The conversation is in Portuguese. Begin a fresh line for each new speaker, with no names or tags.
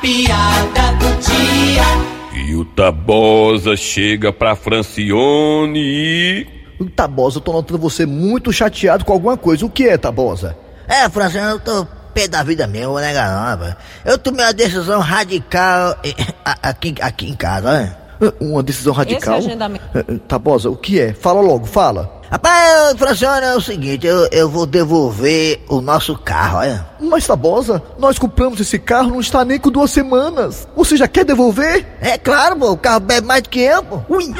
piada do dia.
E o Tabosa chega pra Francione e.
Hum, Tabosa, tá eu tô notando você muito chateado com alguma coisa. O que é, Tabosa?
É, Franciano, eu tô pé da vida mesmo, né, garota? Eu tomei uma decisão radical eh, a- aqui, aqui em casa, né?
Hum, Uma decisão radical?
agendamento.
Eh, Tabosa, o que é? Fala logo, fala.
Rapaz, eu- Franciano, é o seguinte, eu, eu vou devolver o nosso carro, olha.
Mas, Tabosa, nós compramos esse carro não está nem com duas semanas. Você já quer devolver?
É claro, pô, o carro bebe mais do que eu, pô.
Ui!